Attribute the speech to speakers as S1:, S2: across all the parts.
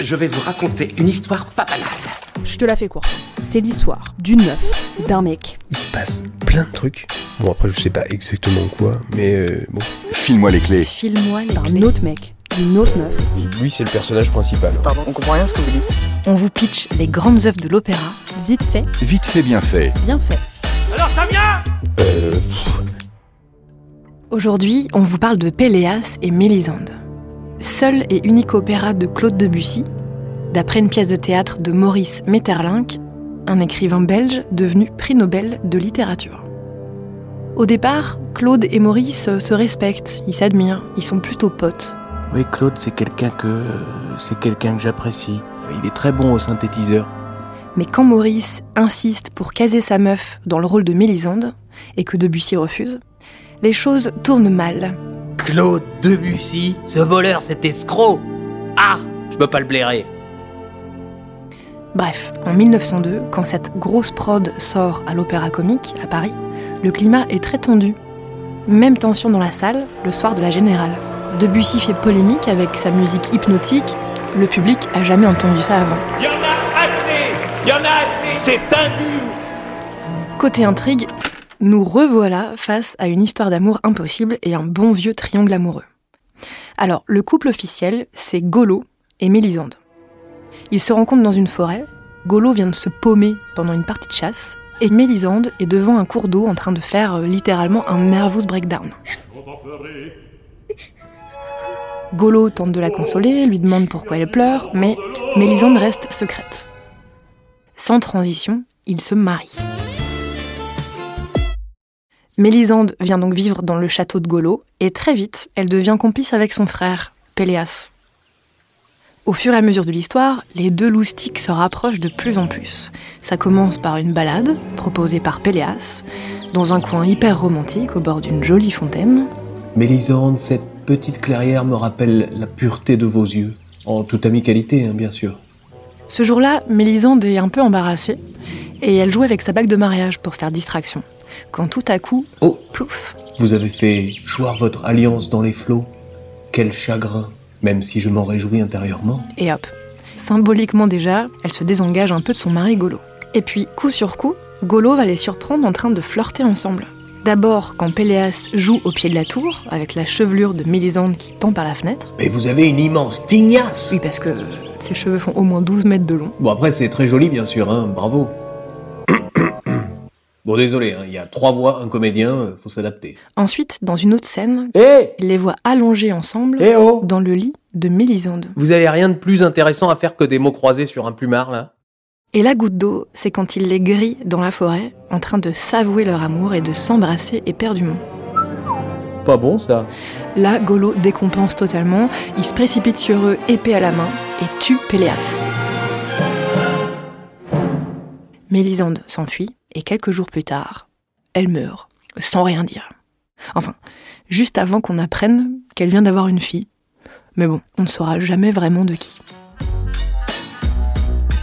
S1: je vais vous raconter une histoire pas banale.
S2: Je te la fais courte. C'est l'histoire d'une meuf, et d'un mec.
S3: Il se passe plein de trucs. Bon, après, je sais pas exactement quoi, mais euh, bon.
S4: File-moi les clés.
S5: File-moi les
S2: D'un autre mec, d'une autre meuf.
S6: Lui, c'est le personnage principal.
S7: Pardon, on comprend rien à ce que vous dites.
S5: On vous pitch les grandes œuvres de l'opéra.
S2: Vite fait,
S4: Vite fait, bien fait.
S2: bien fait.
S3: Euh,
S5: Aujourd'hui, on vous parle de Péléas et Mélisande. Seul et unique opéra de Claude Debussy, d'après une pièce de théâtre de Maurice Maeterlinck, un écrivain belge devenu prix Nobel de littérature. Au départ, Claude et Maurice se respectent, ils s'admirent, ils sont plutôt potes.
S8: Oui, Claude, c'est quelqu'un que euh, c'est quelqu'un que j'apprécie. Il est très bon au synthétiseur.
S5: Mais quand Maurice insiste pour caser sa meuf dans le rôle de Mélisande, et que Debussy refuse, les choses tournent mal.
S9: Claude Debussy, ce voleur, cet escroc Ah, je peux pas le blairer.
S5: Bref, en 1902, quand cette grosse prod sort à l'Opéra Comique, à Paris, le climat est très tendu. Même tension dans la salle, le soir de la Générale. Debussy fait polémique avec sa musique hypnotique, le public a jamais entendu ça avant.
S9: Y en a assez Y en a assez C'est indigne
S5: Côté intrigue, nous revoilà face à une histoire d'amour impossible et un bon vieux triangle amoureux. Alors, le couple officiel, c'est Golo et Mélisande. Ils se rencontrent dans une forêt. Golo vient de se paumer pendant une partie de chasse. Et Mélisande est devant un cours d'eau en train de faire euh, littéralement un nervous breakdown. Golo tente de la consoler, lui demande pourquoi elle pleure, mais Mélisande reste secrète. Sans transition, ils se marient. Mélisande vient donc vivre dans le château de Golo et très vite, elle devient complice avec son frère, Péléas. Au fur et à mesure de l'histoire, les deux loustiques se rapprochent de plus en plus. Ça commence par une balade proposée par Péléas, dans un coin hyper romantique au bord d'une jolie fontaine.
S8: Mélisande, cette petite clairière me rappelle la pureté de vos yeux. En toute amicalité, hein, bien sûr.
S5: Ce jour-là, Mélisande est un peu embarrassée et elle joue avec sa bague de mariage pour faire distraction. Quand tout à coup,
S8: Oh,
S5: plouf,
S8: vous avez fait choir votre alliance dans les flots. Quel chagrin, même si je m'en réjouis intérieurement.
S5: et hop. Symboliquement déjà, elle se désengage un peu de son mari Golo. Et puis, coup sur coup, Golo va les surprendre en train de flirter ensemble. D'abord, quand Péléas joue au pied de la tour, avec la chevelure de Mélisande qui pend par la fenêtre.
S8: Mais vous avez une immense tignasse
S5: Oui, parce que ses cheveux font au moins 12 mètres de long.
S8: Bon, après, c'est très joli, bien sûr, hein, bravo. bon, désolé, hein, il y a trois voix, un comédien, euh, faut s'adapter.
S5: Ensuite, dans une autre scène,
S9: Hé
S5: il les voit allongés ensemble
S9: Eh oh
S5: dans le lit de Mélisande.
S9: Vous avez rien de plus intéressant à faire que des mots croisés sur un plumard, là
S5: Et la goutte d'eau, c'est quand il les grille dans la forêt, en train de s'avouer leur amour et de s'embrasser éperdument.
S9: Pas bon, ça.
S5: Là, Golo décompense totalement, il se précipite sur eux, épée à la main, et tue Péléas. Mélisande s'enfuit, et quelques jours plus tard, elle meurt, sans rien dire. Enfin, juste avant qu'on apprenne qu'elle vient d'avoir une fille. Mais bon, on ne saura jamais vraiment de qui.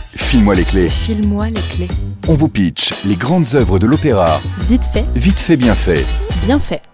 S4: File-moi les clés.
S5: File-moi les clés.
S4: On vous pitch les grandes œuvres de l'opéra.
S2: Vite fait,
S4: Vite fait, bien fait.
S2: bien fait.